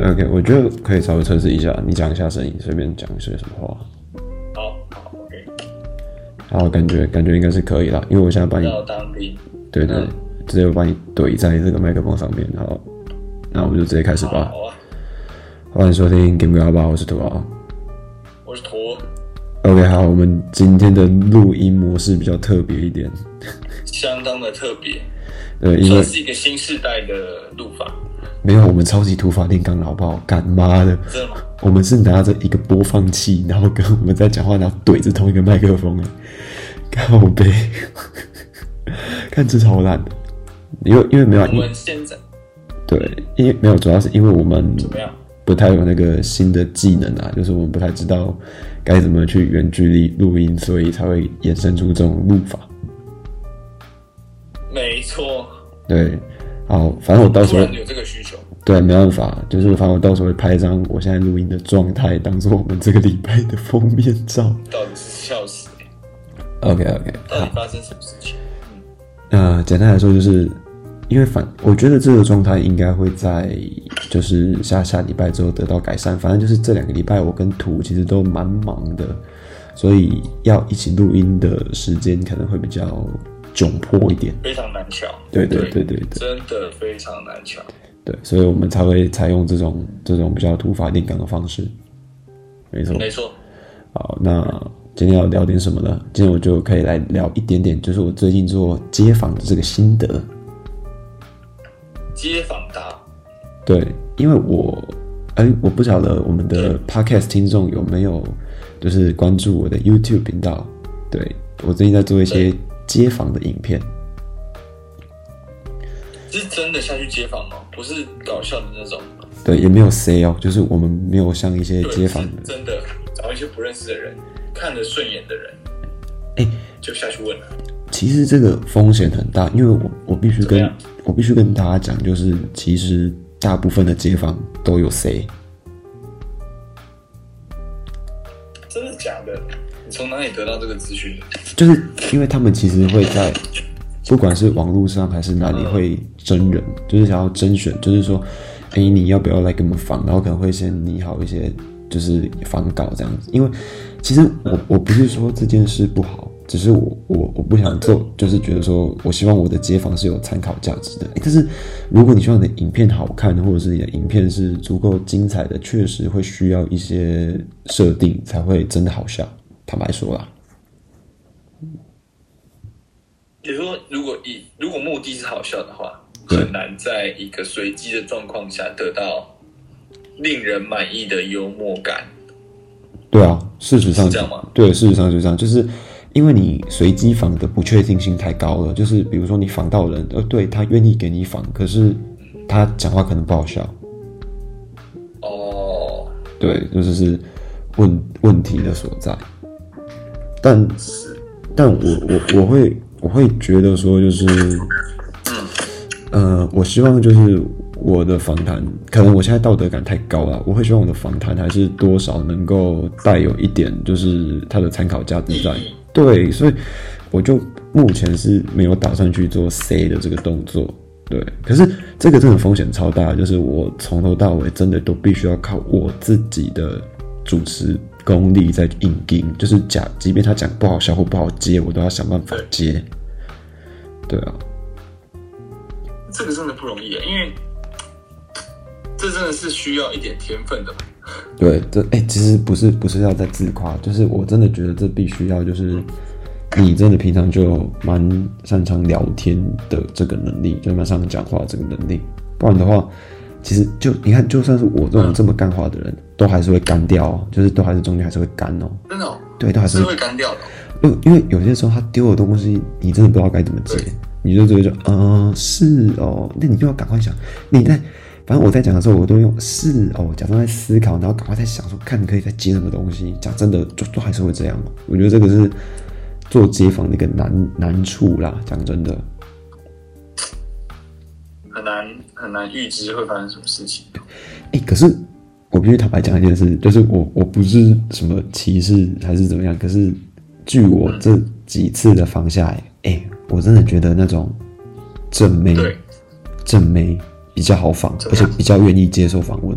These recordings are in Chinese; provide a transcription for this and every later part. OK，我觉得可以稍微测试一下，你讲一下声音，随便讲一些什么话。好好，OK，好，感觉感觉应该是可以啦，因为我现在把你要当兵，对对，对直接把你怼在这个麦克风上面，然后那我们就直接开始好吧。好啊，欢迎收听 Game 幺八，我是土豪。我是驼， OK，好，我们今天的录音模式比较特别一点，相当的特别，对，因为算是一个新时代的录法，没有我们超级土法炼钢，好不好？干妈的，真的吗？我们是拿着一个播放器，然后跟我们在讲话，然后怼着同一个麦克风，哎， 靠背， 看这超烂的，因为因为没有啊，我因为们现在对，因为没有，主要是因为我们怎么样？不太有那个新的技能啊，就是我们不太知道该怎么去远距离录音，所以才会衍生出这种录法。没错，对，好，反正我到时突候然有这个需求，对，没办法，就是反正我到时候会拍一张我现在录音的状态，当做我们这个礼拜的封面照。到底是笑死、欸， OK OK，到底发生什么事情？呃，简单来说就是，因为反，我觉得这个状态应该会在就是下下礼拜之后得到改善。反正就是这两个礼拜我跟图其实都蛮忙的，所以要一起录音的时间可能会比较窘迫一点。非常难瞧，对对对对对真的非常难瞧。对，所以我们才会采用这种这种比较突发炼钢的方式。没错，没错，好，那今天要聊点什么呢？今天我就可以来聊一点点，就是我最近做街访的这个心得。街访达对，因为我，哎，我不晓得我们的 podcast 听众有没有就是关注我的 YouTube 频道。对我最近在做一些街访的影片，是真的下去街访吗？不是搞笑的那种，对，也没有 say 哦，就是我们没有像一些对，街访是真的找一些不认识的人，看得顺眼的人，哎就下去问了。其实这个风险很大，因为我我必须怎么跟样我必须跟大家讲，就是其实大部分的街访都有 say。真的假的？你从哪里得到这个资讯的？就是因为他们其实会在，不管是网络上还是哪里会真人，就是想要甄选，就是说，哎、你要不要来给我们访？然后可能会先拟好一些就是访稿这样子。因为其实我我不是说这件事不好，只是我我我不想做，就是觉得说我希望我的街访是有参考价值的、诶但是如果你希望你的影片好看，或者是你的影片是足够精彩的，确实会需要一些设定才会真的好笑。坦白说啦。比如说，如果以如果目的是好笑的话，对很难在一个随机的状况下得到令人满意的幽默感。对啊，事实上是这样吗对，事实上就是这样，就是因为你随机访的不确定性太高了，就是比如说你访到人，呃，对他愿意给你访，可是他讲话可能不好笑，哦，对，这就是问问题的所在。但是但我我我会我会觉得说，就是，呃，我希望就是我的访谈，可能我现在道德感太高了，我会希望我的访谈还是多少能够带有一点就是它的参考价值在意义。对，所以我就目前是没有打算去做 C 的这个动作。对，可是这个真的风险超大，就是我从头到尾真的都必须要靠我自己的主持功力在硬盯，就是假，即便他讲不好笑或不好接，我都要想办法接。对啊，这个真的不容易，因为这真的是需要一点天分的。对，这哎、其实不是不是要在自夸，就是我真的觉得这必须要就是你真的平常就蛮擅长聊天的这个能力，就是蛮擅长讲话这个能力，不然的话，其实就你看，就算是我这种这么干话的人，都还是会干掉、哦，就是都还是中间还是会干哦，真的、哦、对，都还是是会会干掉的。哦因为因为有些时候他丢的东西，你真的不知道该怎么接对，你就觉得就嗯是哦，那你就要赶快想，你在反正我在讲的时候，我都用是哦，假装在思考，然后赶快在想说，看你可以再接什么东西。讲真的，就都还是会这样。我觉得这个是做街访的一个难难处啦，讲真的，很难很难预知会发生什么事情。哎、可是我必须坦白讲一件事，就是我我不是什么歧视还是怎么样，可是据我这几次的防下来，哎、我真的觉得那种正妹对，正妹比较好访，怎而么且样比较愿意接受访问。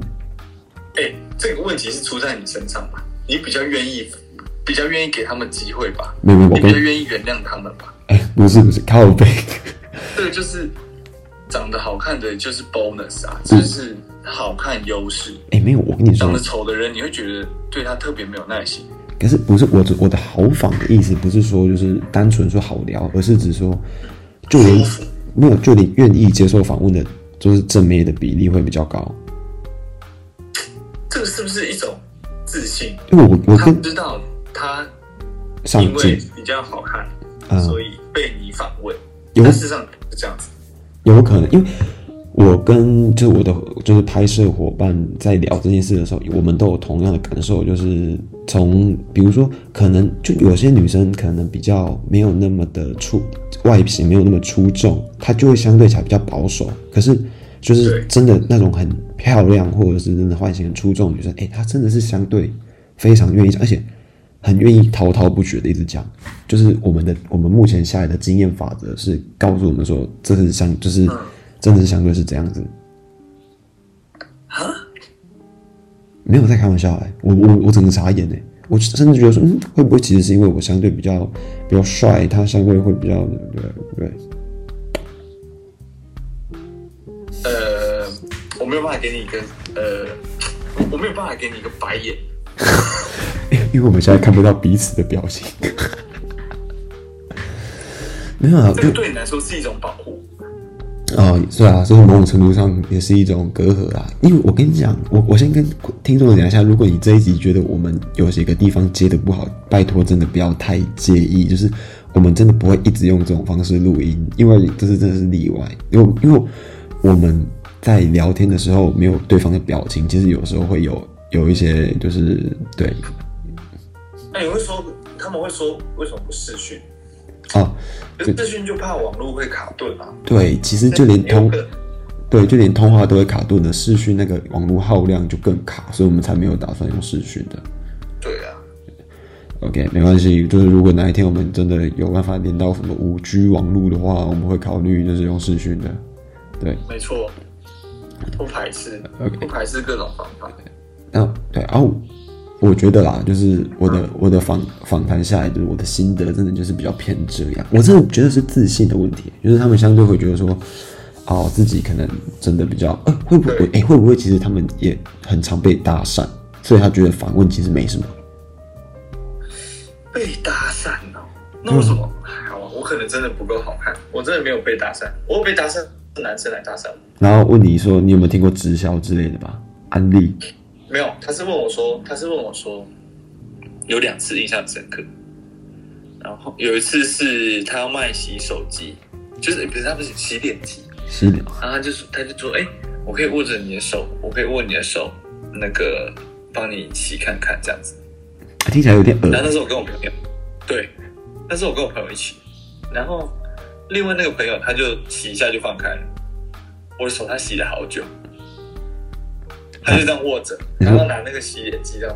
哎、这个问题是出在你身上吧？你比较愿意，比较愿意给他们机会吧？没有没有，我你跟比较愿意原谅他们吧？哎、不是不是靠背，这个就是长得好看的就是 bonus 啊，嗯这就是好看优势。哎、没有，我跟你说长得，丑的人，你会觉得对他特别没有耐心。可是不是我的我的好访的意思，不是说就是单纯说好聊，而是指说就连舒服没有就连愿意接受访问的，就是正妹的比例会比较高。这个是不是一种自信？因为我我他跟知道他上因为季比较好看，嗯所以被你反问。有但事实上是这样子，有可能，因为我跟就是我的就是拍摄伙伴在聊这件事的时候，我们都有同样的感受，就是从比如说可能就有些女生可能比较没有那么的出外形没有那么出众，她就会相对起来比较保守。可是就是对真的那种很漂亮或者是真的外形很出众的女生，哎、她真的是相对非常愿意讲，而且。很愿意滔滔不绝的一直讲，就是我们的我们目前下来的经验法则是告诉我们说，这是相就是真的是相对是这样子。没有在开玩笑哎、我我我整个傻眼哎、我甚至觉得说，嗯，会不会其实是因为我相对比较比较帅，他相对会比较对对，呃，我没有办法给你一个呃，我没有办法给你一个白眼。因为我们现在看不到彼此的表情。没有啊，这就个对你来说是一种保护，哦，是啊，就是某种程度上也是一种隔阂啊。因为我跟你讲，我我先跟听众讲一下，如果你这一集觉得我们有些个地方接的不好，拜托真的不要太介意，就是我们真的不会一直用这种方式录音，因为这是真的是例外，因为因为我们在聊天的时候没有对方的表情，其实有时候会有有一些就是对那你会说他们会说为什么不视讯？哦，可是视讯就怕网络会卡顿啊，对，其实就连通有可能对，就连通话都会卡顿的，视讯那个网络耗量就更卡，所以我们才没有打算用视讯的。对啊， OK，没关系，就是如果哪一天我们真的有办法连到什么五 G 网络的话，我们会考虑就是用视讯的。对，没错，不排斥 OK 不排斥各种方法。那对啊，我我觉得啦，就是我的我的访访谈下来，就是我的心得，真的就是比较偏这样。我真的觉得是自信的问题，就是他们相对会觉得说，哦，自己可能真的比较，呃，会不会，哎、会不会其实他们也很常被搭讪，所以他觉得访问其实没什么。被搭讪哦，那为什么？嗯好啊，我可能真的不够好看，我真的没有被搭讪，我有被搭讪是男生来搭讪我，然后问你说你有没有听过直销之类的吧？安利没有，他是问我说，他是问我说，有两次印象深刻，然后有一次是他要卖洗手机，就是不是他不是洗脸机，是的，然后他就说他就说，哎、我可以握着你的手，我可以握你的手，那个帮你洗看看这样子。听起来有点然后恶那时候我跟我朋友，对，那时候我跟我朋友一起，然后另外那个朋友他就洗一下就放开了，我的手他洗了好久，他就这样握着，然后拿那个洗脸机这样，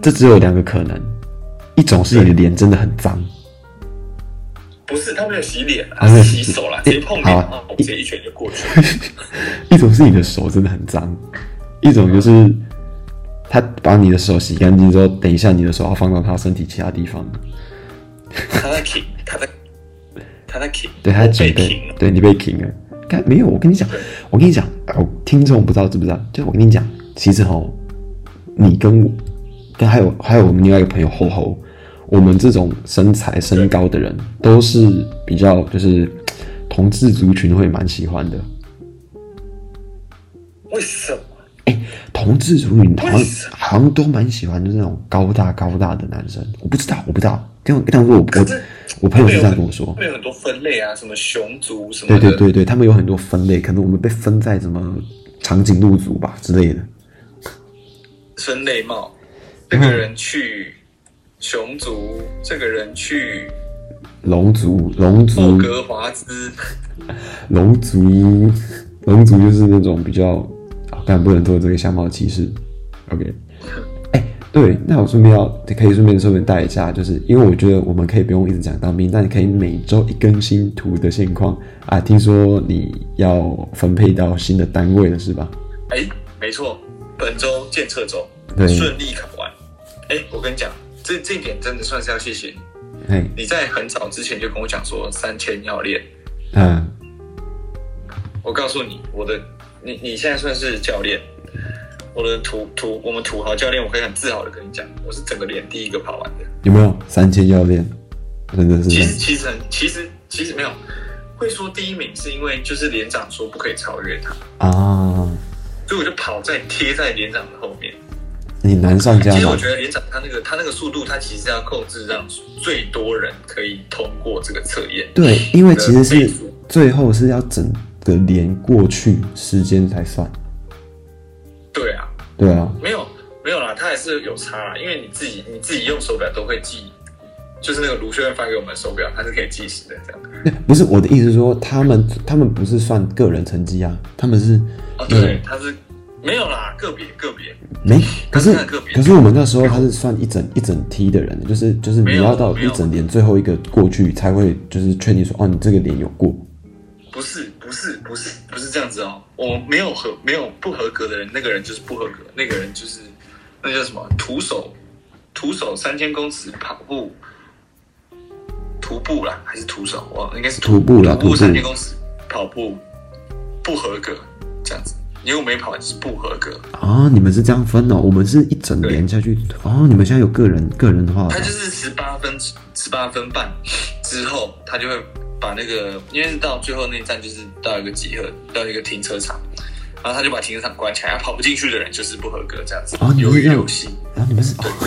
这只有两个可能，一种是你的脸真的很脏，不是他没有洗脸，啊他没有是洗洗手啦，直接碰好面，啊然后我直接一拳就过去 了，一种是你的手真的很脏，一种就是他把你的手洗干净之后，等一下你的手要放到他身体其他地方，他在 kick，他在他在 kick，对他被准备停了，对你被停了。看没有，我跟你讲，我跟你讲，我听众不知道知不知道？就我跟你讲，其实哦，你跟我，跟还有还有我们另外一个朋友吼吼，我们这种身材身高的人，都是比较就是同志族群会蛮喜欢的。为什么？同志族群好为像什好像都蛮喜欢，就是那种高大高大的男生。我不知道，我不知道。跟我跟他说，我我可是我朋友是这样跟我说他。们有很多分类啊，什么熊族什么对的，对对对，他们有很多分类，可能我们被分在什么长颈鹿族吧之类的。分类嗯帽，这个人去熊族，这个人去龙族，龙霍族，格华兹，嗯龙族，龙族就是那种比较，啊，但不能做这个相貌歧视。OK，哎、对，那我顺便要可以顺便顺便带一下，就是因为我觉得我们可以不用一直讲当兵，但你可以每周一更新图的现况啊。听说你要分配到新的单位了是吧？哎、没错，本周建测周对顺利考完。哎、我跟你讲，这这一点真的算是要谢谢你。嘿，你在很早之前就跟我讲说三千要练，嗯，我告诉你，我的你你现在算是教练，我的土土我们土豪教练，我可以很自豪的跟你讲，我是整个连第一个跑完的。有没有三千教练？真的是这其样实其实很其实其实没有，会说第一名是因为就是连长说不可以超越他，啊，所以我就跑在贴在连长的后面。你难上加其实我难觉得连长他那个他那个速度，他其实要控制让最多人可以通过这个测验。对，因为其实的倍是数最后是要整个连过去时间才算。对啊，对啊，没有没有啦，他还是有差啦，因为你自己你自己用手表都会记，就是那个卢学院发给我们的手表，它是可以计时的这样。不是我的意思是说，他们他们不是算个人成绩啊，他们是哦，嗯对，它是没有啦，个别个别没可是他是看个别可是我们那时候他是算一整一整梯的人，就是就是你没有要到没一有整连最后一个过去才会就是确定说哦你这个连有过。不是不是不是不是这样子哦，我们没有合没有不合格的人，那个人就是不合格，那个人就是那叫什么徒手徒手三千公尺跑步徒步啦，还是徒手？我忘了应该是徒步啦徒徒步步三千公尺跑步不合格这样子，因为我没跑完是不合格，啊，你们是这样分哦，我们是一整连下去。哦，你们现在有个人个人的话，他就是十八分十八分半之后，他就会把那个，因为是到最后那一站就是到一个集合，到一个停车场，然后他就把停车场关起来，他跑不进去的人就是不合格这样子哦，你由是于这样游戏。然后你们是哦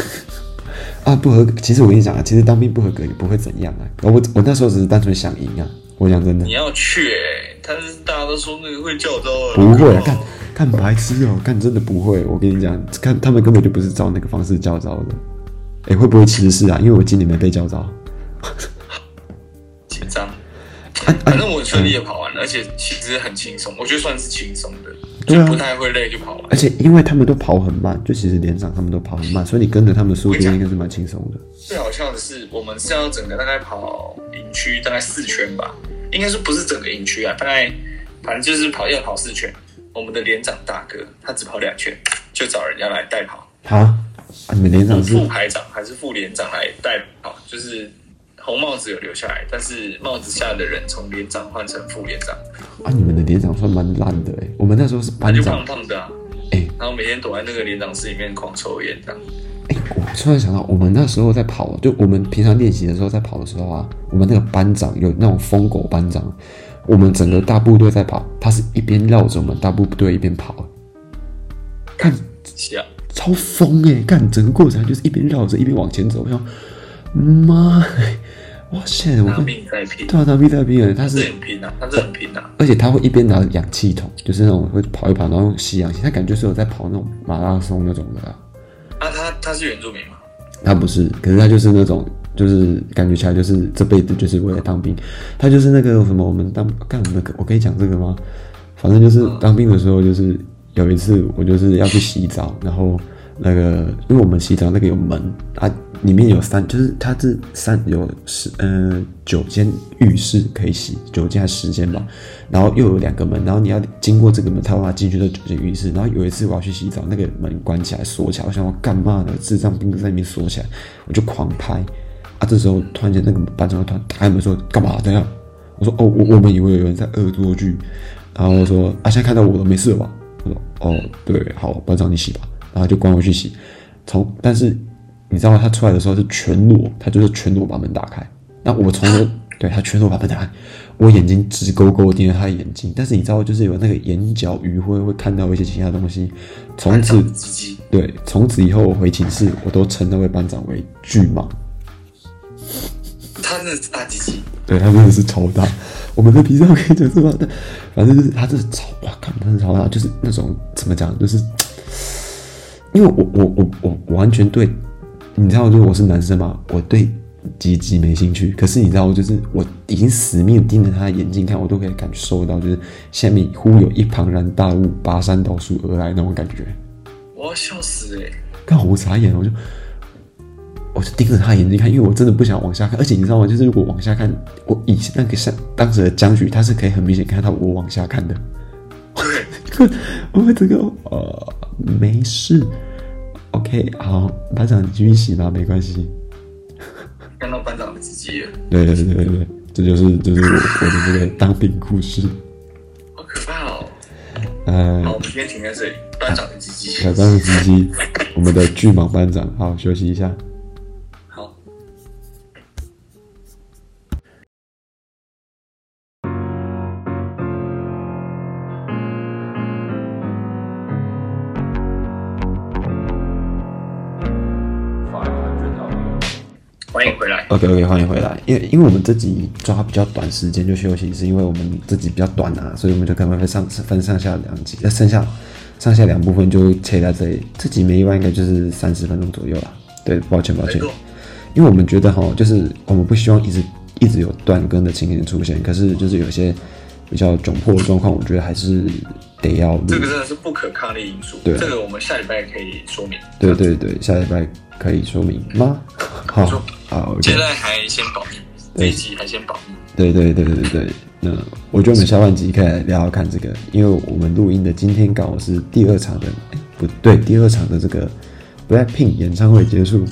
啊不合格。其实我跟你讲啊，其实当兵不合格也不会怎样啊。我我那时候只是单纯想赢啊，我讲真的你。要去、欸，他是大家都说那个会叫招的，不会啊，然干后干白痴哦、干真的不会。我跟你讲，看他们根本就不是照那个方式教招的。哎、会不会其实是啊？因为我今年没被教招啊紧张。啊！反正我顺利的跑完了，而且其实很轻松，我觉得算是轻松的，对啊就不太会累就跑完。而且因为他们都跑很慢，就其实连长他们都跑很慢，所以你跟着他们的速度应该是蛮轻松的。最好笑的是，我们是要整个大概跑营区大概四圈吧，应该说不是整个营区啊，大概反正就是跑要跑四圈。我们的连长大哥他只跑两圈，就找人家来代跑，好、啊，你们连长是副排长还是副连长来代跑，就是红帽子有留下来，但是帽子下的人从连长换成副连长，啊，你们的连长算蛮烂的哎、我们那时候是他班就长胖胖的、啊，哎然后每天躲在那个连长室里面狂抽烟这样。哎、我突然想到，我们那时候在跑，就我们平常练习的时候在跑的时候啊，我们那个班长有那种疯狗班长，我们整个大部队在跑，他是一边绕着我们大部队一边跑，看是啊，超疯哎、看整个过程就是一边绕着一边往前走，我想妈，哇塞，我拿看命在拼，对啊，他 V 在边缘，他他是是。很拼啊，他是很拼啊。而且他会一边拿氧气筒，就是那种会跑一跑，然后用吸氧气，他感觉是有在跑那种马拉松那种的、啊。啊，他他是原住民吗？他不是，可是他就是那种，就是感觉起来就是这辈子就是为了当兵，他就是那个什么，我们当干我们我可以讲这个吗？反正就是当兵的时候，就是有一次我就是要去洗澡，然后那个因为我们洗澡那个有门啊，里面有三，就是它是三有十呃九间浴室可以洗，九间还是十间吧，然后又有两个门，然后你要经过这个门才有办法进去这九间浴室。然后有一次我要去洗澡，那个门关起来锁起来，我想我干嘛呢？智障病在里面锁起来，我就狂拍。啊，这时候突然间那个班长就突然打开门说干嘛怎样？我说哦，我我们以为有人在恶作剧，然后说啊，现在看到我了，没事了吧？我说哦，对，好，班长你洗吧，然后就关回去洗。从但是你知道他出来的时候是全裸，他就是全裸把门打开。那我从头对他全裸把门打开，我眼睛直勾勾地盯着他的眼睛，但是你知道，就是有那个眼角余晖会看到一些其他东西。从此鸡鸡。对，从此以后我回寝室，我都称那位班长为巨蟒。他真的是大鸡鸡，对他真的是超大。我们的皮上可以讲是吧？但反正就是他真的超哇，看他真的超大，就是那种怎么讲，就是因为我我我我我完全对，你知道，就是我是男生嘛，我对积极没兴趣。可是你知道，就是我已经死命盯着他的眼睛看，我都可以感受到，就是下面忽有一庞然大物跋山倒树而来那种感觉。我要笑死哎、看我傻眼了，我就我就盯着他的眼睛看，因为我真的不想往下看。而且你知道吗？就是如果往下看，我以前那个像当时的江许，他是可以很明显看到我往下看的。 对，我会整个呃没事，OK，好，班长你继续洗吧，没关系。看到班长的鸡鸡了，对对对对对，这就是就是我我的这个当兵故事。好可怕哦！呃，好，我们今天停在这里。班长的鸡鸡小，张司机，我们的巨蟒班长，好休息一下。好。欢迎回来。 OK OK，欢迎回来。因为因为我们这集抓比较短时间就休息，是因为我们这集比较短啊，所以我们就可能会上分上下两集，呃那剩下上下两部分就切在这里。这集没意外应该就是三十分钟左右啦。对，抱歉抱歉没错，因为我们觉得哈，就是我们不希望一直一直有断更的情形出现，可是就是有些比较窘迫的状况，我觉得还是得要录。这个真的是不可抗力因素，对这个我们下礼拜可以说明。对对对，下礼拜可以说明吗？好说好，OK 现。在还先保密，这一集还先保密。对对对对对对，那我觉得我们下半集可以来聊聊看这个，因为我们录音的今天刚好是第二场的，哎不对，第二场的这个 Blackpink 演唱会结束，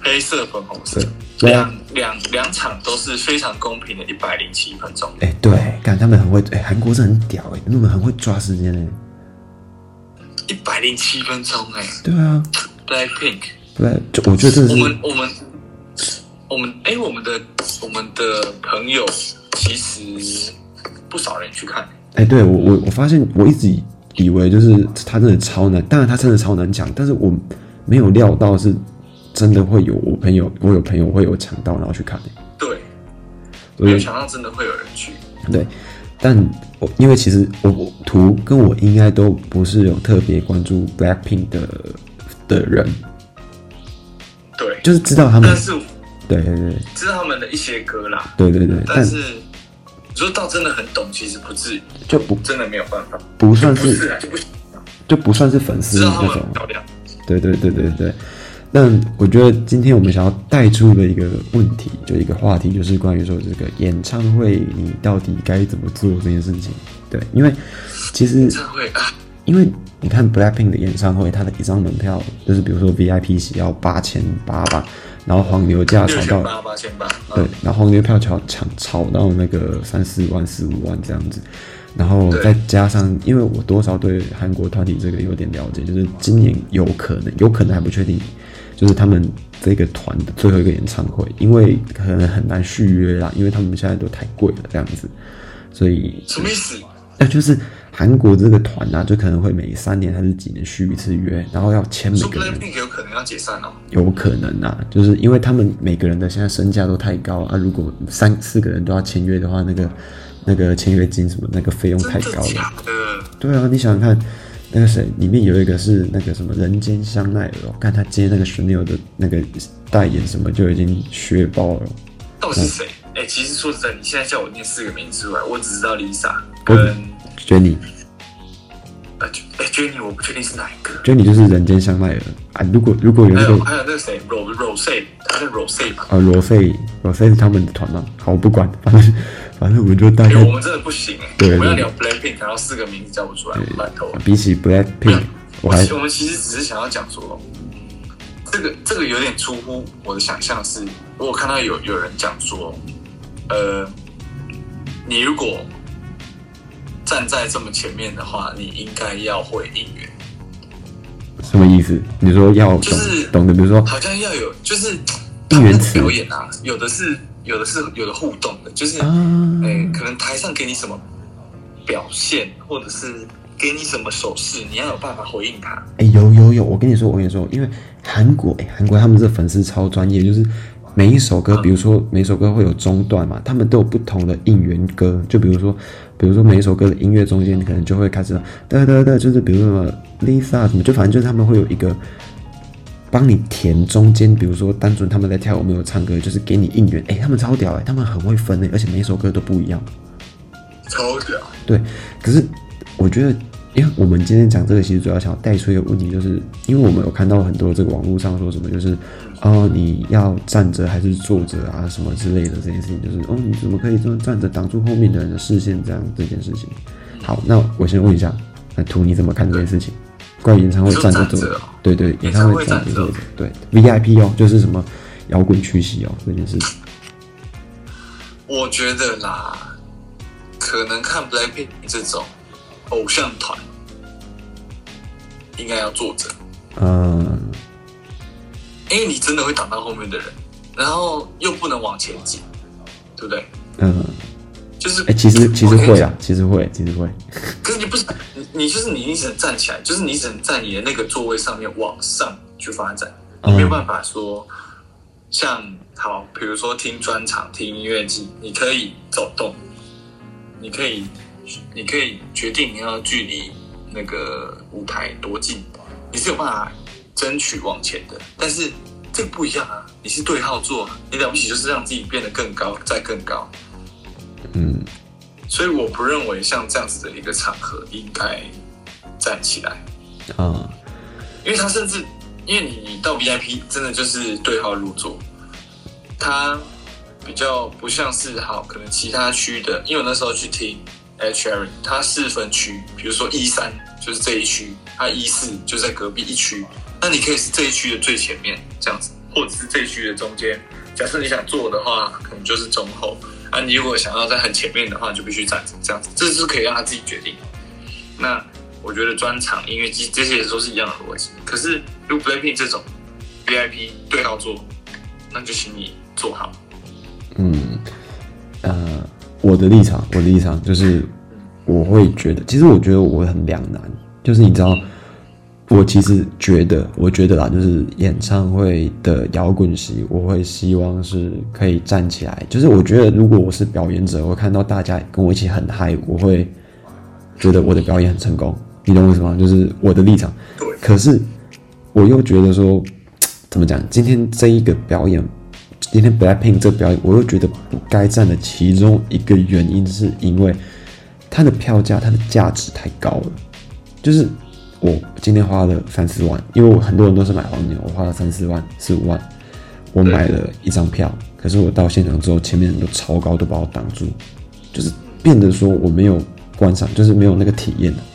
黑色、粉红色，对两两两场都是非常公平的，一百零七分钟。哎对，看他们很会，哎韩国是很屌哎，他们很会抓时间哎，一百零七分钟哎、对啊 b l a c k p i n k ，Black 就我觉得这我是们我们我们哎、我们的我们的朋友其实不少人去看，哎对我我我发现我一直以为就是他真的超难，当然他真的超难抢，但是我没有料到是真的会有我朋友，我有朋友会有抢到然后去看哎，对，所没以有想到真的会有人去。对，但我因为其实我我图跟我应该都不是有特别关注 Blackpink 的的人，对，就是知道他们但，是对对对知道他们的一些歌啦，对对对，但但是你说到真的很懂，其实不至于，就不真的没有办法。不算不是是啊，就不行就不算是粉丝知道他那们种很，漂亮。对对对对对。但我觉得今天我们想要带出的一个问题，就一个话题，就是关于说这个演唱会你到底该怎么做这件事情。对，因为其实真会啊，因为你看 Blackpink 的演唱会，它的一张门票就是比如说 VIP 席要八千八吧，然后黄牛价六炒千啊到八八千八，对嗯，，然后黄牛票炒抢炒到那个三四万、四五万这样子，然后对再加上，因为我多少对韩国团体这个有点了解，就是今年有可能，有可能还不确定，就是他们这个团的最后一个演唱会，因为可能很难续约啦，因为他们现在都太贵了这样子，所以什么意思？那就是韩国这个团啊，就可能会每三年还是几年续一次约，然后要签每说个人， Blackpink 有可能要解散哦。有可能啊，就是因为他们每个人的现在身价都太高啊，如果三四个人都要签约的话，那个那个签约金什么那个费用真太的高了。假的？对啊，你想想看，那个谁里面有一个是那个什么人间香奈儿哦，看他接那个 Chanel 的那个代言什么就已经削爆了。到底是谁？哎、其实说实在，你现在叫我念四个名字出来，我只知道 Lisa 我跟，Jenny 呃哎 Jennie，我不确定是哪一个。 Jenny 就是人间香奈儿啊，如果如果有还那有个还有那个谁，Ro Rose，他叫 Rose 吧？啊，罗非，罗非是他们的团嘛，好，我不管，反正反正我们就大哎、概我们真的不行哎、对我们要对聊 Blackpink，然后四个名字叫不出来，烂头了。比起 Blackpink，我还其我们其实只是想要讲说，这个这个有点出乎我的想象是，我有看到有有人讲说，呃，你如果站在这么前面的话，你应该要会应援，什么意思？你说要就懂是懂得，比如说好像要有就是应援词他们的表演啊，有的是有的是有的互动的，就是啊，嗯，可能台上给你什么表现，或者是给你什么手势，你要有办法回应他。哎、有有有，我跟你说，我跟你说，因为韩国，哎、韩国他们这粉丝超专业，就是每一首歌，比如说每一首歌会有中段嘛，他们都有不同的应援歌，就比如说，比如说每一首歌的音乐中间，可能就会开始，哒哒哒，就是比如说什么 Lisa 什么，就反正就是他们会有一个帮你填中间，比如说单纯他们在跳舞没有唱歌，就是给你应援。哎、他们超屌哎、他们很会分哎、而且每一首歌都不一样。超屌，对，可是我觉得，因为我们今天讲这个，其实主要想要带出一个问题，就是因为我们有看到很多这个网络上说什么，就是哦你要站着还是坐着啊什么之类的这件事情，就是哦你怎么可以这么站着挡住后面的人的视线这样这件事情。好，那我先问一下，那图你怎么看这件事情？关于演唱会站着你说坐站着着哦，对对，演演唱唱会会站着哦站着坐着，对 VIP 哦，就是什么摇滚曲席哦这件事情。我觉得啦，可能看 Blackpink 这种偶像团，应该要坐着，嗯，因为你真的会挡到后面的人，然后又不能往前挤，对不对？嗯，就是哎、其实其实我跟会你啊，其实会，其实会，可是你不是你，你就是你，你只能站起来，就是你只能在你的那个座位上面往上去发展，嗯你没有办法说像好，比如说听专场、听音乐季，你可以走动，你可以你可以决定你要距离那个舞台多近，你是有办法争取往前的，但是。这个不一样啊！你是对号坐啊，你了不起就是让自己变得更高，再更高。嗯。所以我不认为像这样子的一个场合应该站起来，啊、因为他甚至因为你到 VIP 真的就是对号入座，他比较不像是好可能其他区的，因为我那时候去听 HR，它是分区，比如说一三就是这一区，它一四就在隔壁一区，那你可以是这一区的最前面这样子，或者是这一区的中间。假设你想坐的话，可能就是中后。啊，你如果想要在很前面的话，你就必须站着这样子，这是可以让他自己决定的。那我觉得专场、音乐季这些也都是一样的逻辑。可是如果 Blackpink 这种 VIP 对号坐，那就请你坐好。嗯，呃，我的立场，我的立场就是，我会觉得，其实我觉得我很两难，就是你知道，我其实觉得，我觉得啦，就是演唱会的摇滚席，我会希望是可以站起来，就是我觉得如果我是表演者，我看到大家跟我一起很嗨，我会觉得我的表演很成功，你懂我意思吗？就是我的立场，对，可是我又觉得说，怎么讲？今天这一个表演，今天 Blackpink 这表演，我又觉得不该占的其中一个原因，是因为它的票价，它的价值太高了。就是我今天花了三四万，因为我很多人都是买黄牛，我花了三四万、四五万，我买了一张票，可是我到现场之后，前面人都超高，都把我挡住，就是变得说我没有观赏，就是没有那个体验了。啊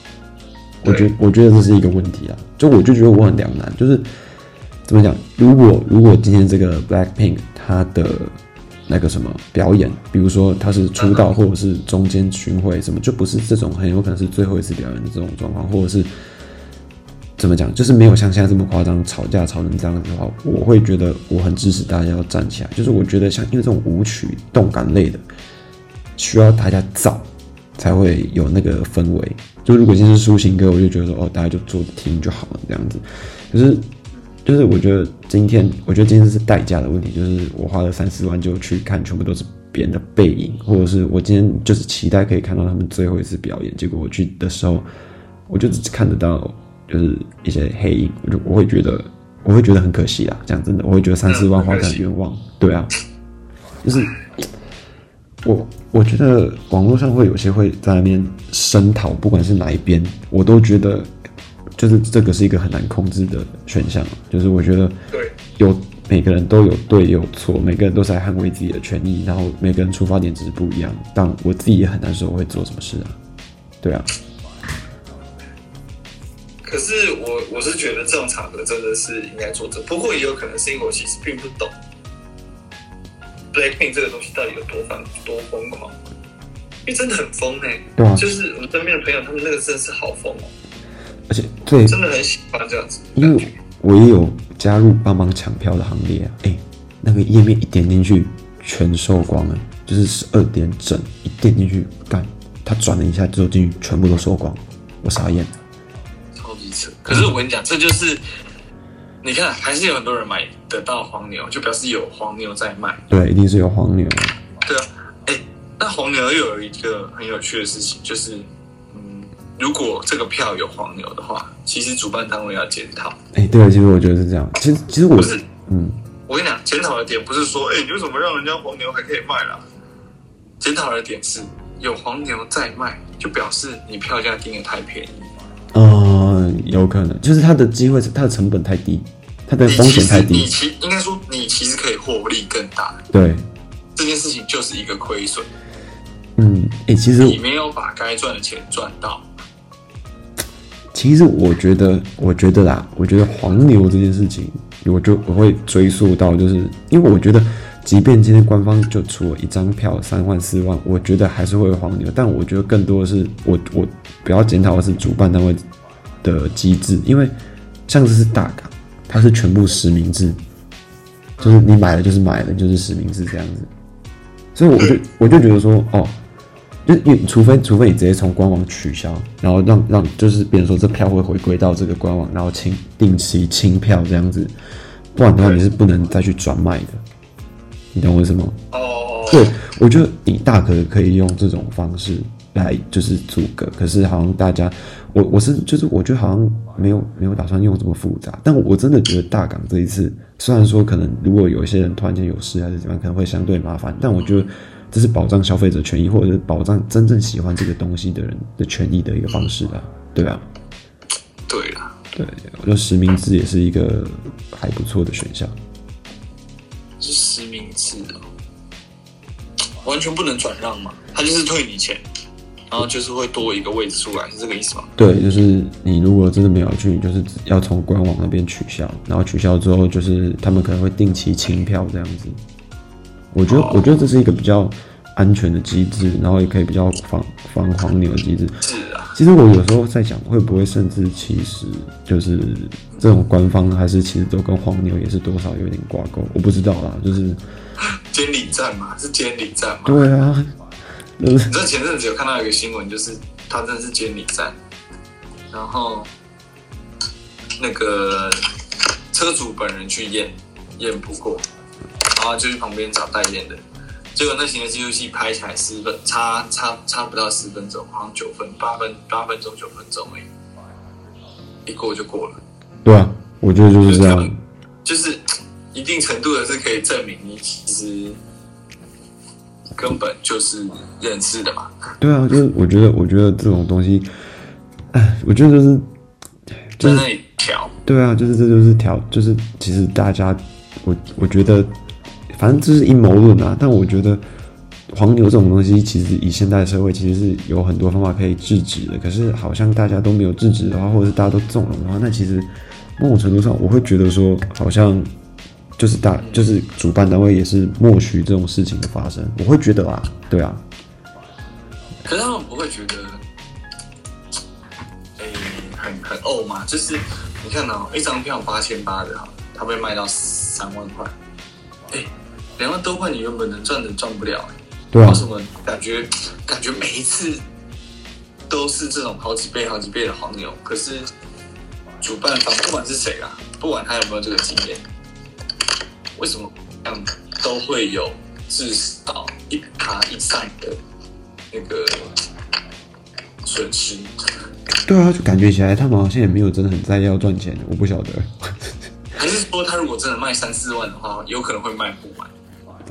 我觉对我觉得这是一个问题啊，就我就觉得我很两难，就是怎么讲？如果如果今天这个 Blackpink 它的那个什么表演，比如说它是出道或者是中间巡回什么，就不是这种很有可能是最后一次表演的这种状况，或者是怎么讲，就是没有像现在这么夸张，吵架吵成这样子的话，我会觉得我很支持大家要站起来。就是我觉得像因为这种舞曲动感类的，需要大家燥才会有那个氛围。就如果今天是抒情歌，我就觉得说哦，大家就坐着听就好了这样子。可是就是我觉得今天，我觉得今天是代价的问题，就是我花了三四万就去看，全部都是别人的背影，或者是我今天就是期待可以看到他们最后一次表演，结果我去的时候，我就只看得到就是一些黑影，我就我会觉得我会觉得很可惜啊，讲真的，我会觉得三四万花得很冤枉，对啊，就是我我觉得网络上会有些会在那边声讨，不管是哪一边，我都觉得就是这个是一个很难控制的选项，就是我觉得对有每个人都有对也有错，每个人都是在捍卫自己的权益，然后每个人出发点只是不一样，但我自己也很难说我会做什么事啊，对啊，可是我我是觉得这种场合真的是应该坐着，不过也有可能是因为我其实并不懂 Blackpink 这个东西到底有多疯多疯狂，因为真的很疯哎、对啊就是我们身边的朋友，他们那个真的是好疯哦，而且最真的很喜欢这样子的因感为觉。我也有加入帮忙抢票的行列啊，哎、那个页面一点进去全售光了，就是十二点整一点进去，干，他转了一下之后进去全部都售光，我傻眼了。超级扯。可是我跟你讲，这就是你看，还是有很多人买得到黄牛，就表示有黄牛在卖。对，一定是有黄牛，对啊，哎，那黄牛又有一个很有趣的事情，就是嗯，如果这个票有黄牛的话，其实主办单位要检讨。哎、对，其实我觉得是这样。其实其实我不是，嗯，我跟你讲，检讨的点不是说，哎、你为什么让人家黄牛还可以卖啦？检讨的点是，有黄牛在卖，就表示你票价定的太便宜。呃，有可能就是它的机会，它的成本太低，它的你风其险实太你低。其应该说你其实可以获利更大，对，这件事情就是一个亏损，嗯，哎、其实你没有把该赚的钱赚到。其实我觉得，我觉得啦，我觉得黄牛这件事情，我就我会追溯到，就是因为我觉得，即便今天官方就出了一张票三万四万，我觉得还是会有黄牛，但我觉得更多的是我我比较检讨的是主办单位的机制，因为像这是大港，它是全部实名制，就是你买了就是买了，就是实名制这样子，所以我就我就觉得说，哦，就因为除非除非你直接从官网取消，然后让让就是变成说这票会回归到这个官网，然后清定期清票这样子，不然的话你是不能再去转卖的，你懂我意思吗？哦，对，我觉得你大可可以用这种方式来就是阻隔，可是好像大家，我我是就是我觉得好像没有没有打算用这么复杂，但我真的觉得大港这一次，虽然说可能如果有一些人突然间有事还是怎么样，可能会相对麻烦，但我觉得这是保障消费者权益，或者是保障真正喜欢这个东西的人的权益的一个方式吧，对吧、对啊啦，对，我觉得实名制也是一个还不错的选项。是实名制的，完全不能转让嘛，他就是退你钱，然后就是会多一个位置出来，是这个意思吗？对，就是你如果真的没有去，你就是只要从官网那边取消，然后取消之后，就是他们可能会定期清票这样子。我觉得，我觉得这是一个比较安全的机制，然后也可以比较防防黄牛的机制。是啊，其实我有时候在想，会不会甚至其实就是这种官方还是其实都跟黄牛也是多少有点挂钩，我不知道啦。就是监理站嘛，是监理站嘛。对啊，就是你知道前阵子有看到一个新闻，就是他真的是监理站，然后那个车主本人去验，验不过，然后就去旁边找代验的，结果那行车记录器拍起来十分差差差不到十分钟，好像九分八分八分钟九分钟而已，一过就过了，对啊，我觉得就是这样。就是一定程度的是可以证明你其实根本就是认识的嘛。对啊，就是我觉得，我觉得这种东西，哎，我觉得就是，就在是那里调，对啊，就是这就是调，就是其实大家，我我觉得，反正这是阴谋论啊。但我觉得黄牛这种东西，其实以现代社会其实是有很多方法可以制止的。可是好像大家都没有制止的话，或者是大家都纵容的话，那其实某种程度上，我会觉得说，好像就是大就是主办单位也是默许这种事情的发生。我会觉得啊，对啊，可是他们不会觉得，哎、很很呕嘛？就是你看哦，一张票八千八的哈，它被卖到三万块，哎、两万多块你原本能赚的赚不了、哎对啊为，什么感觉感觉每一次都是这种好几倍好几倍的黄牛？可是主办方不管是谁啦，不管他有没有这个经验，为什么这样都会有至少一卡以上的那个损失？对啊，就感觉起来他们好像也没有真的很在意要赚钱，我不晓得。还是说他如果真的卖三四万的话，有可能会卖不完？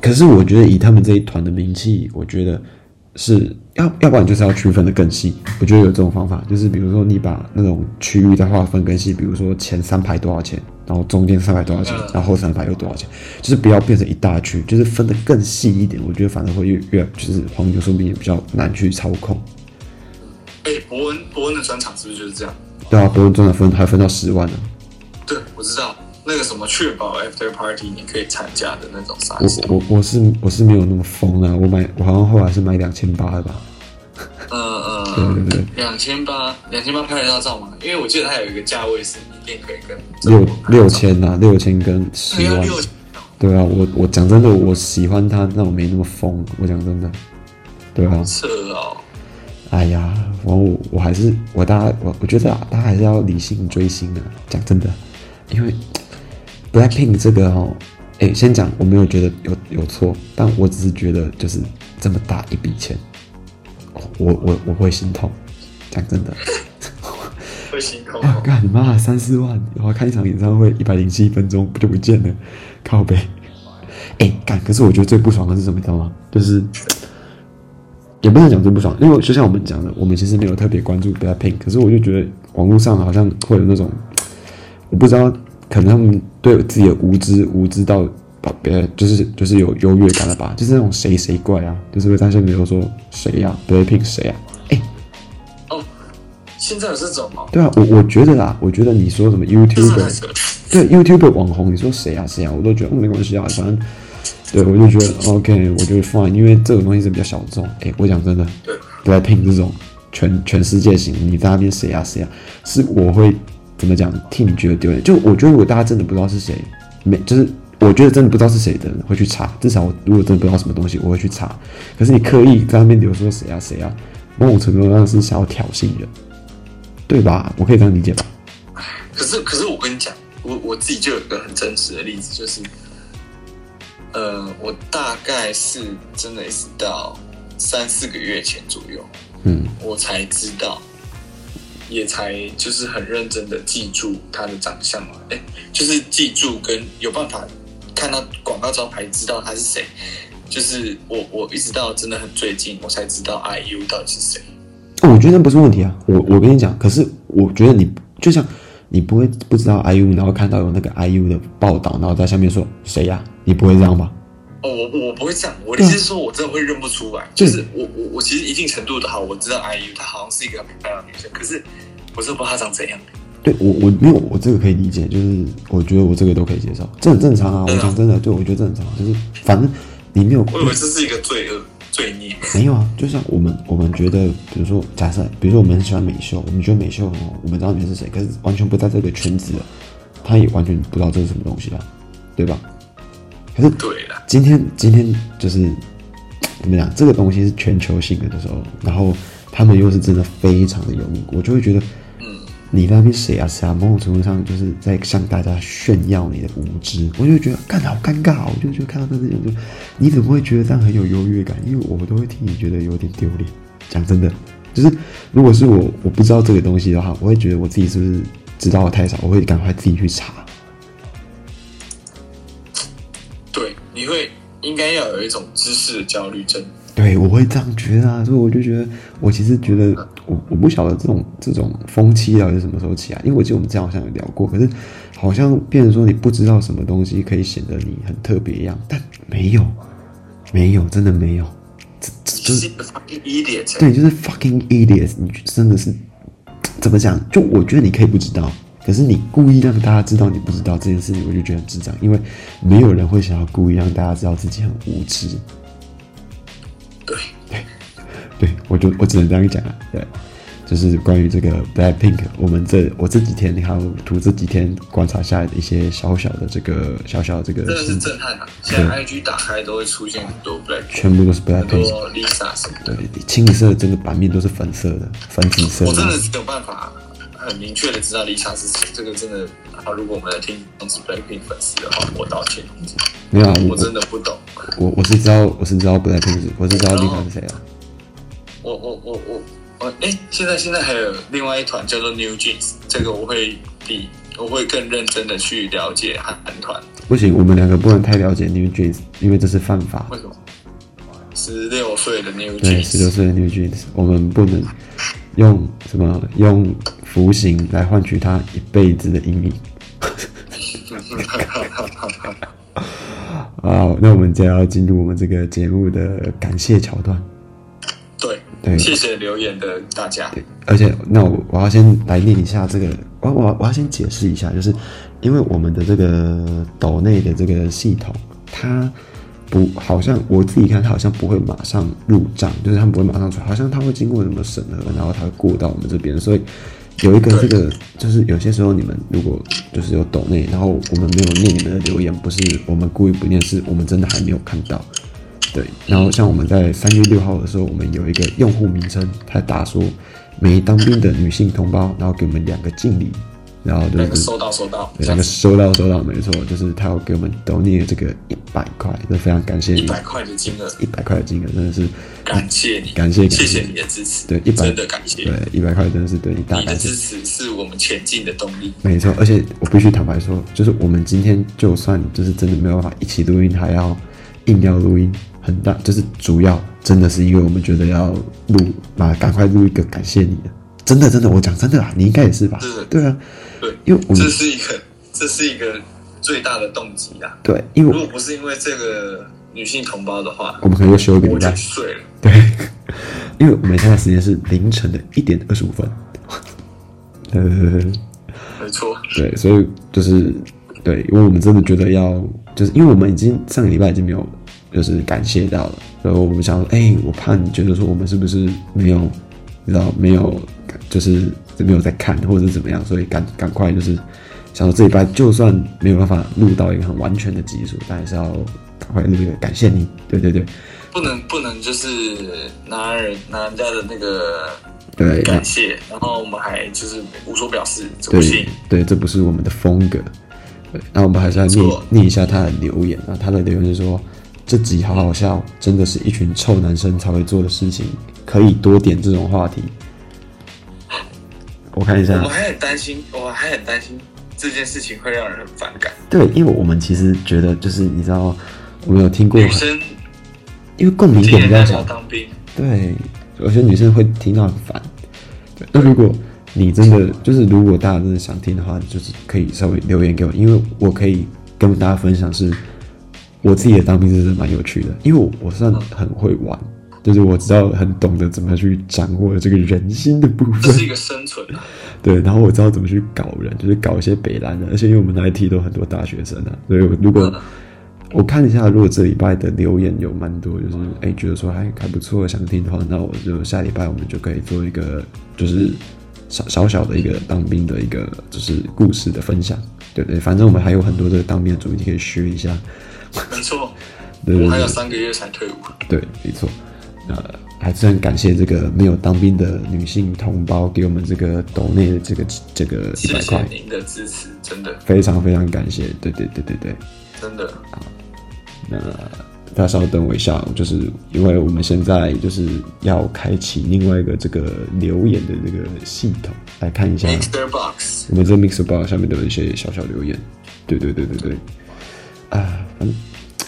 可是我觉得以他们这一团的名气，我觉得是要要不然就是要区分的更细。我觉得有这种方法，就是比如说你把那种区域再划分更细，比如说前三排多少钱，然后中间三排多少钱嗯，然后后三排又多少钱，就是不要变成一大区，就是分的更细一点。我觉得反而会越越就是黄牛说不定也比较难去操控。哎、伯恩伯恩的专场是不是就是这样？对啊，不用真的分还分到十万呢、对，我知道那个什么确保 after party 你可以参加的那种啥我我我是我是没有那么疯啊，我买我好像后来是买两千八的吧。嗯对嗯对对，两千八，两千八拍得到照吗？因为我记得它有一个价位是一定可以跟六六，千呐、六千跟十对要万。六千，对啊，我我讲真的，我喜欢他，但我没那么疯。我讲真的，对啊，扯哦。哎呀，我我我还是我大家我我觉得啊，大家还是要理性追星啊。讲真的，因为 Blackpink 这个哦，哎，先讲我没有觉得有有错，但我只是觉得就是这么大一笔钱，我我我会心痛。讲真的，会心痛。哦啊， 干你妈三四万，我看一场演唱会一百零七分钟不就不见了，靠背。哎、干！可是我觉得最不爽的是什么，你知道吗？就是也不能讲最不爽，因为就像我们讲的，我们其实没有特别关注 BLACKPINK，可是我就觉得网络上好像会有那种，我不知道，可能他们对自己的无知无知到把别人就是就是有优越感了吧？就是那种谁谁怪啊，就是会在下面有说谁呀、BLACKPINK 谁啊？哦，现在有这种哦，对啊，我我觉得啦，我觉得你说什么这是啊太 YouTuber。扯了。对 YouTube 网红，你说谁啊谁啊，我都觉得、嗯、没关系啊，反正对我就觉得 OK，我觉得 fine，因为这种东西是比较小众。哎，我讲真的对，BLACKPINK 这种全全世界型，你在那边谁啊谁啊，是我会怎么讲，替你觉得丢脸。就我觉得如果大家真的不知道是谁，没就是。我觉得真的不知道是谁的人会去查，至少我如果真的不知道什么东西，我会去查。可是你刻意在那边留说谁啊谁啊，某种程度上是想要挑衅人，对吧？我可以这样理解吧？可是，可是我跟你讲，我我自己就有一个很真实的例子，就是，呃，我大概是真的一直到三四个月前左右，嗯，我才知道，也才就是很认真的记住他的长相嘛，哎，就是记住跟有办法看到广告招牌知道他是谁，就是我我一直到真的很最近我才知道 IU 到底是谁，我觉得那不是问题啊，我我跟你讲，可是我觉得你就像你不会不知道 IU，然后看到有那个 IU 的报道，然后在下面说谁呀、你不会这样吧？哦，我不我不会这样，我的意思是说，我真的会认不出来。就是我我我其实一定程度的好，我知道 IU 她好像是一个很漂亮的女生，可是我真的不知道她长怎样。对我我没有我这个可以理解，就是我觉得我这个都可以接受，这很正常啊。对我啊讲真的，对我觉得这很正常，啊就是反正你没有我以为这是一个罪恶罪孽。没有啊，就像我们我们觉得，比如说假设，比如说我们很喜欢美秀，我们觉得美秀很好，我们知道你是谁，可是完全不在这个圈子的，他也完全不知道这是什么东西啊，对吧？可是对啦，今天今天就是怎么讲，这个东西是全球性的的时候，然后他们又是真的非常的有名，我就会觉得，嗯，你在那边谁啊谁啊，某种程度上就是在向大家炫耀你的无知，我就会觉得干好尴尬哦，我就觉得看到他这种就，你怎么会觉得这样很有优越感？因为我都会替你觉得有点丢脸。讲真的，就是如果是我我不知道这个东西的话，我会觉得我自己是不是知道的太少，我会赶快自己去查。对，你会应该要有一种知识的焦虑症。对，我会这样觉得啊，所以我就觉得，我其实觉得，我我不晓得这种这种风气到底是什么时候起来，因为我记得我们之前好像有聊过，可是好像变成说你不知道什么东西可以显得你很特别一样，但没有，没有，真的没有，这这这就是一个 fucking idiot。对，就是 fucking idiot，你真的是怎么讲？就我觉得你可以不知道，可是你故意让大家知道你不知道这件事情，我就觉得很智障，因为没有人会想要故意让大家知道自己很无知。对，对我就我只能这样讲啊。对，就是关于这个 Blackpink，我们这我这几天还有图这几天观察下来的一些小小的这个小小的这真个的事是情，震撼啊！现在 IG 打开都会出现很多 Black，全部都是很 Blackpink。多 Lisa 什么的对，。清一色整个版面都是粉色的，粉紫色我真的的。是没有办法很明确的知道 Lisa 是谁。这个真的，好，如果我们的听众是 Blackpink 粉丝的话，我道歉。没有啊，我我真的不懂，我我是知道我是知道 Blackpink，是我是知道 Lisa 是谁啊。我我我我我，哎、现在现在还有另外一团叫做 New Jeans，这个我会比我会更认真的去了解韩团，不行，我们两个不能太了解 New Jeans，因为这是犯法为。什么？十六岁的 New 对，十六 Jeans，岁的 New Jeans，我们不能用什么用服刑来换取他一辈子的阴影。 好，那我们就要进入我们这个节目的感谢桥段。对，对谢谢留言的大家，对，而且那我我要先来念一下这个，我我我要先解释一下，就是因为我们的这个岛内的这个系统，它不好像我自己看，它好像不会马上入账，就是他们不会马上出来，好像它会经过什么审核，然后它会过到我们这边，所以。有一个这个，就是有些时候你们如果就是有抖内，然后我们没有念你们的留言，不是我们故意不念，是我们真的还没有看到。对，然后像我们在三月六号的时候，我们有一个用户名称，他打说“没当兵的女性同胞”，然后给我们两个敬礼，然后就那是个收到收到，对那个收到收到，没错，就是他有给我们 donate 这个一百块，就非常感谢一你百块的金额，一百块的金额，真的是感谢你，感谢感谢谢谢你的支持，对100真的感谢对一百块真的是对你大你的感谢支。持是我们前进的动力。没错，而且我必须坦白说，就是我们今天就算就是真的没有办法一起录音，还要硬要录音，很大就是主要真的是因为我们觉得要录啊，赶快录一个感谢你的，真的真的，我讲真的啊，你应该也是吧是？对啊，对，因为我们这是一个，这是一个最大的动机啊！对，因为如我果不是因为这个女性同胞的话，我们可能会休一个礼我就拜，睡了。对，因为我们现在时间是凌晨的一点二十五分，呃。没错，对，所以就是对，因为我们真的觉得要，就是因为我们已经上个礼拜已经没有，就是感谢到了，所以我们想说，哎、我怕你觉得说我们是不是没有，你知道没有，就是没有在看或者是怎么样，所以赶赶快就是想说这礼拜就算没有办法录到一个很完全的集数，但还是要赶快录一个感谢你，对对对不能不能就是拿人拿人家的那个对，感谢，然后我们还就是无所表示，这不对行。对，这不是我们的风格。对，那我们还是要念没错念一下他的留言啊，他的留言是说：“这集好好笑，真的是一群臭男生才会做的事情，可以多点这种话题。”我看一我下们，还很担心，我还很担心这件事情会让人很反感。对，因为我们其实觉得就是你知道，我们有听过女，生因为共鸣今点年比较大家小，当 兵，对，有些女生会听到很烦。对，那如果你真的就是，如果大家真的想听的话，就是可以稍微留言给我，因为我可以跟大家分享是，我自己的当兵真的蛮有趣的，因为我我算很会玩，就是我知道很懂得怎么去掌握这个人心的部这是一分，个生存啊，对，然后我知道怎么去搞人，就是搞一些北兰的，而且因为我们那一梯都很多大学生啊，所以我如嗯果我看一下，如果这礼拜的留言有蛮多，就是哎、觉得说还还不错，想听的话，那我就下礼拜我们就可以做一个就是小小小的一个当兵的一个就是故事的分享，对不对？反正我们还有很多这个当兵的主题可以学一下，没错。 对我对还有对，三个月才退伍，对没错。呃，还是很感谢这个没有当兵的女性同胞给我们这个抖内的这个这个一谢百谢块，您的支持，真的非常非常感谢，对对对对对。真的。那大家稍等我一下，就是因为我们现在就是要开启另外一个这个留言的这个系统，来看一下 Mixer Box，我们这 Mixer Bar 下面的一些小小留言。对对对对对，啊，反正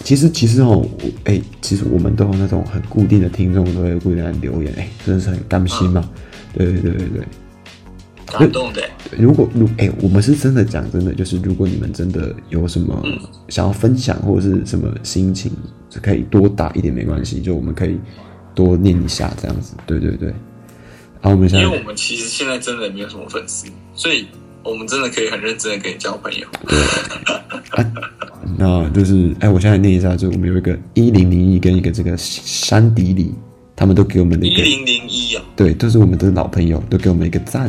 其实其实哦，我哎、其实我们都有那种很固定的听众，都会固定来留言，哎、真的是很甘心嘛。对对对对对。感动的欸，如果如哎、我们是真的讲真的，就是如果你们真的有什么嗯想要分享或者是什么心情，就可以多打一点没关系，就我们可以多念一下这样子。对对对。好，我们现因在为我们其实现在真的没有什么粉丝，所以我们真的可以很认真的跟你交朋友。那就是哎、我现在念一下，就是我们有一个一零零一跟一个这个山迪里，他们都给我们的一一个零零一啊，对，都是我们的老朋友，都给我们一个赞。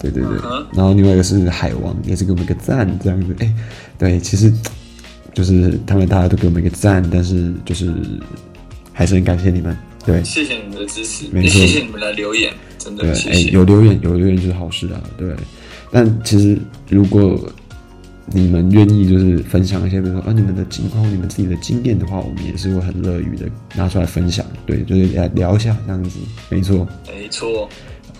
对对对嗯哼然后另外一个是海王，也是给我们一个赞，这样子。哎，对，其实就是他们大家都给我们一个赞，但是就是还是很感谢你们。对谢谢你们的支持，没也错谢谢你们来留言，真对，的谢哎，谢。有留言有留言就是好事啊。对，但其实如果你们愿意就是分享一些，比如说啊你们的情况、你们自己的经验的话，我们也是会很乐于的拿出来分享。对，就是来聊一下这样子，没错。没错，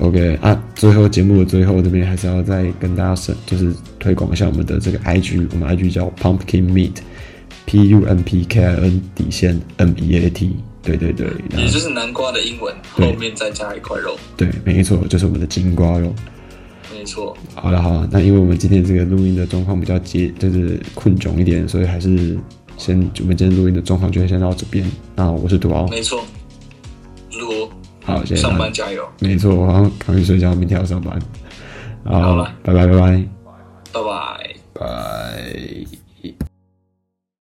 OK 啊，最后节目的最后这边还是要再跟大家是就是推广一下我们的这个 IG，我们 IG 叫 Pumpkin Meat，P U M P K I N 底线 M E A T，对对对，然也后就是南瓜的英文，对后面再加一块肉，对，没错，就是我们的金瓜肉。没错，好了好了，那因为我们今天这个录音的状况比较接，就是困窘一点，所以还是先我们今天录音的状况就先到这边。那我是杜敖，没错。如好，谢谢大上家班。加油，没错，我要赶快睡觉，明天要上班。好，好了拜拜拜拜拜拜。拜。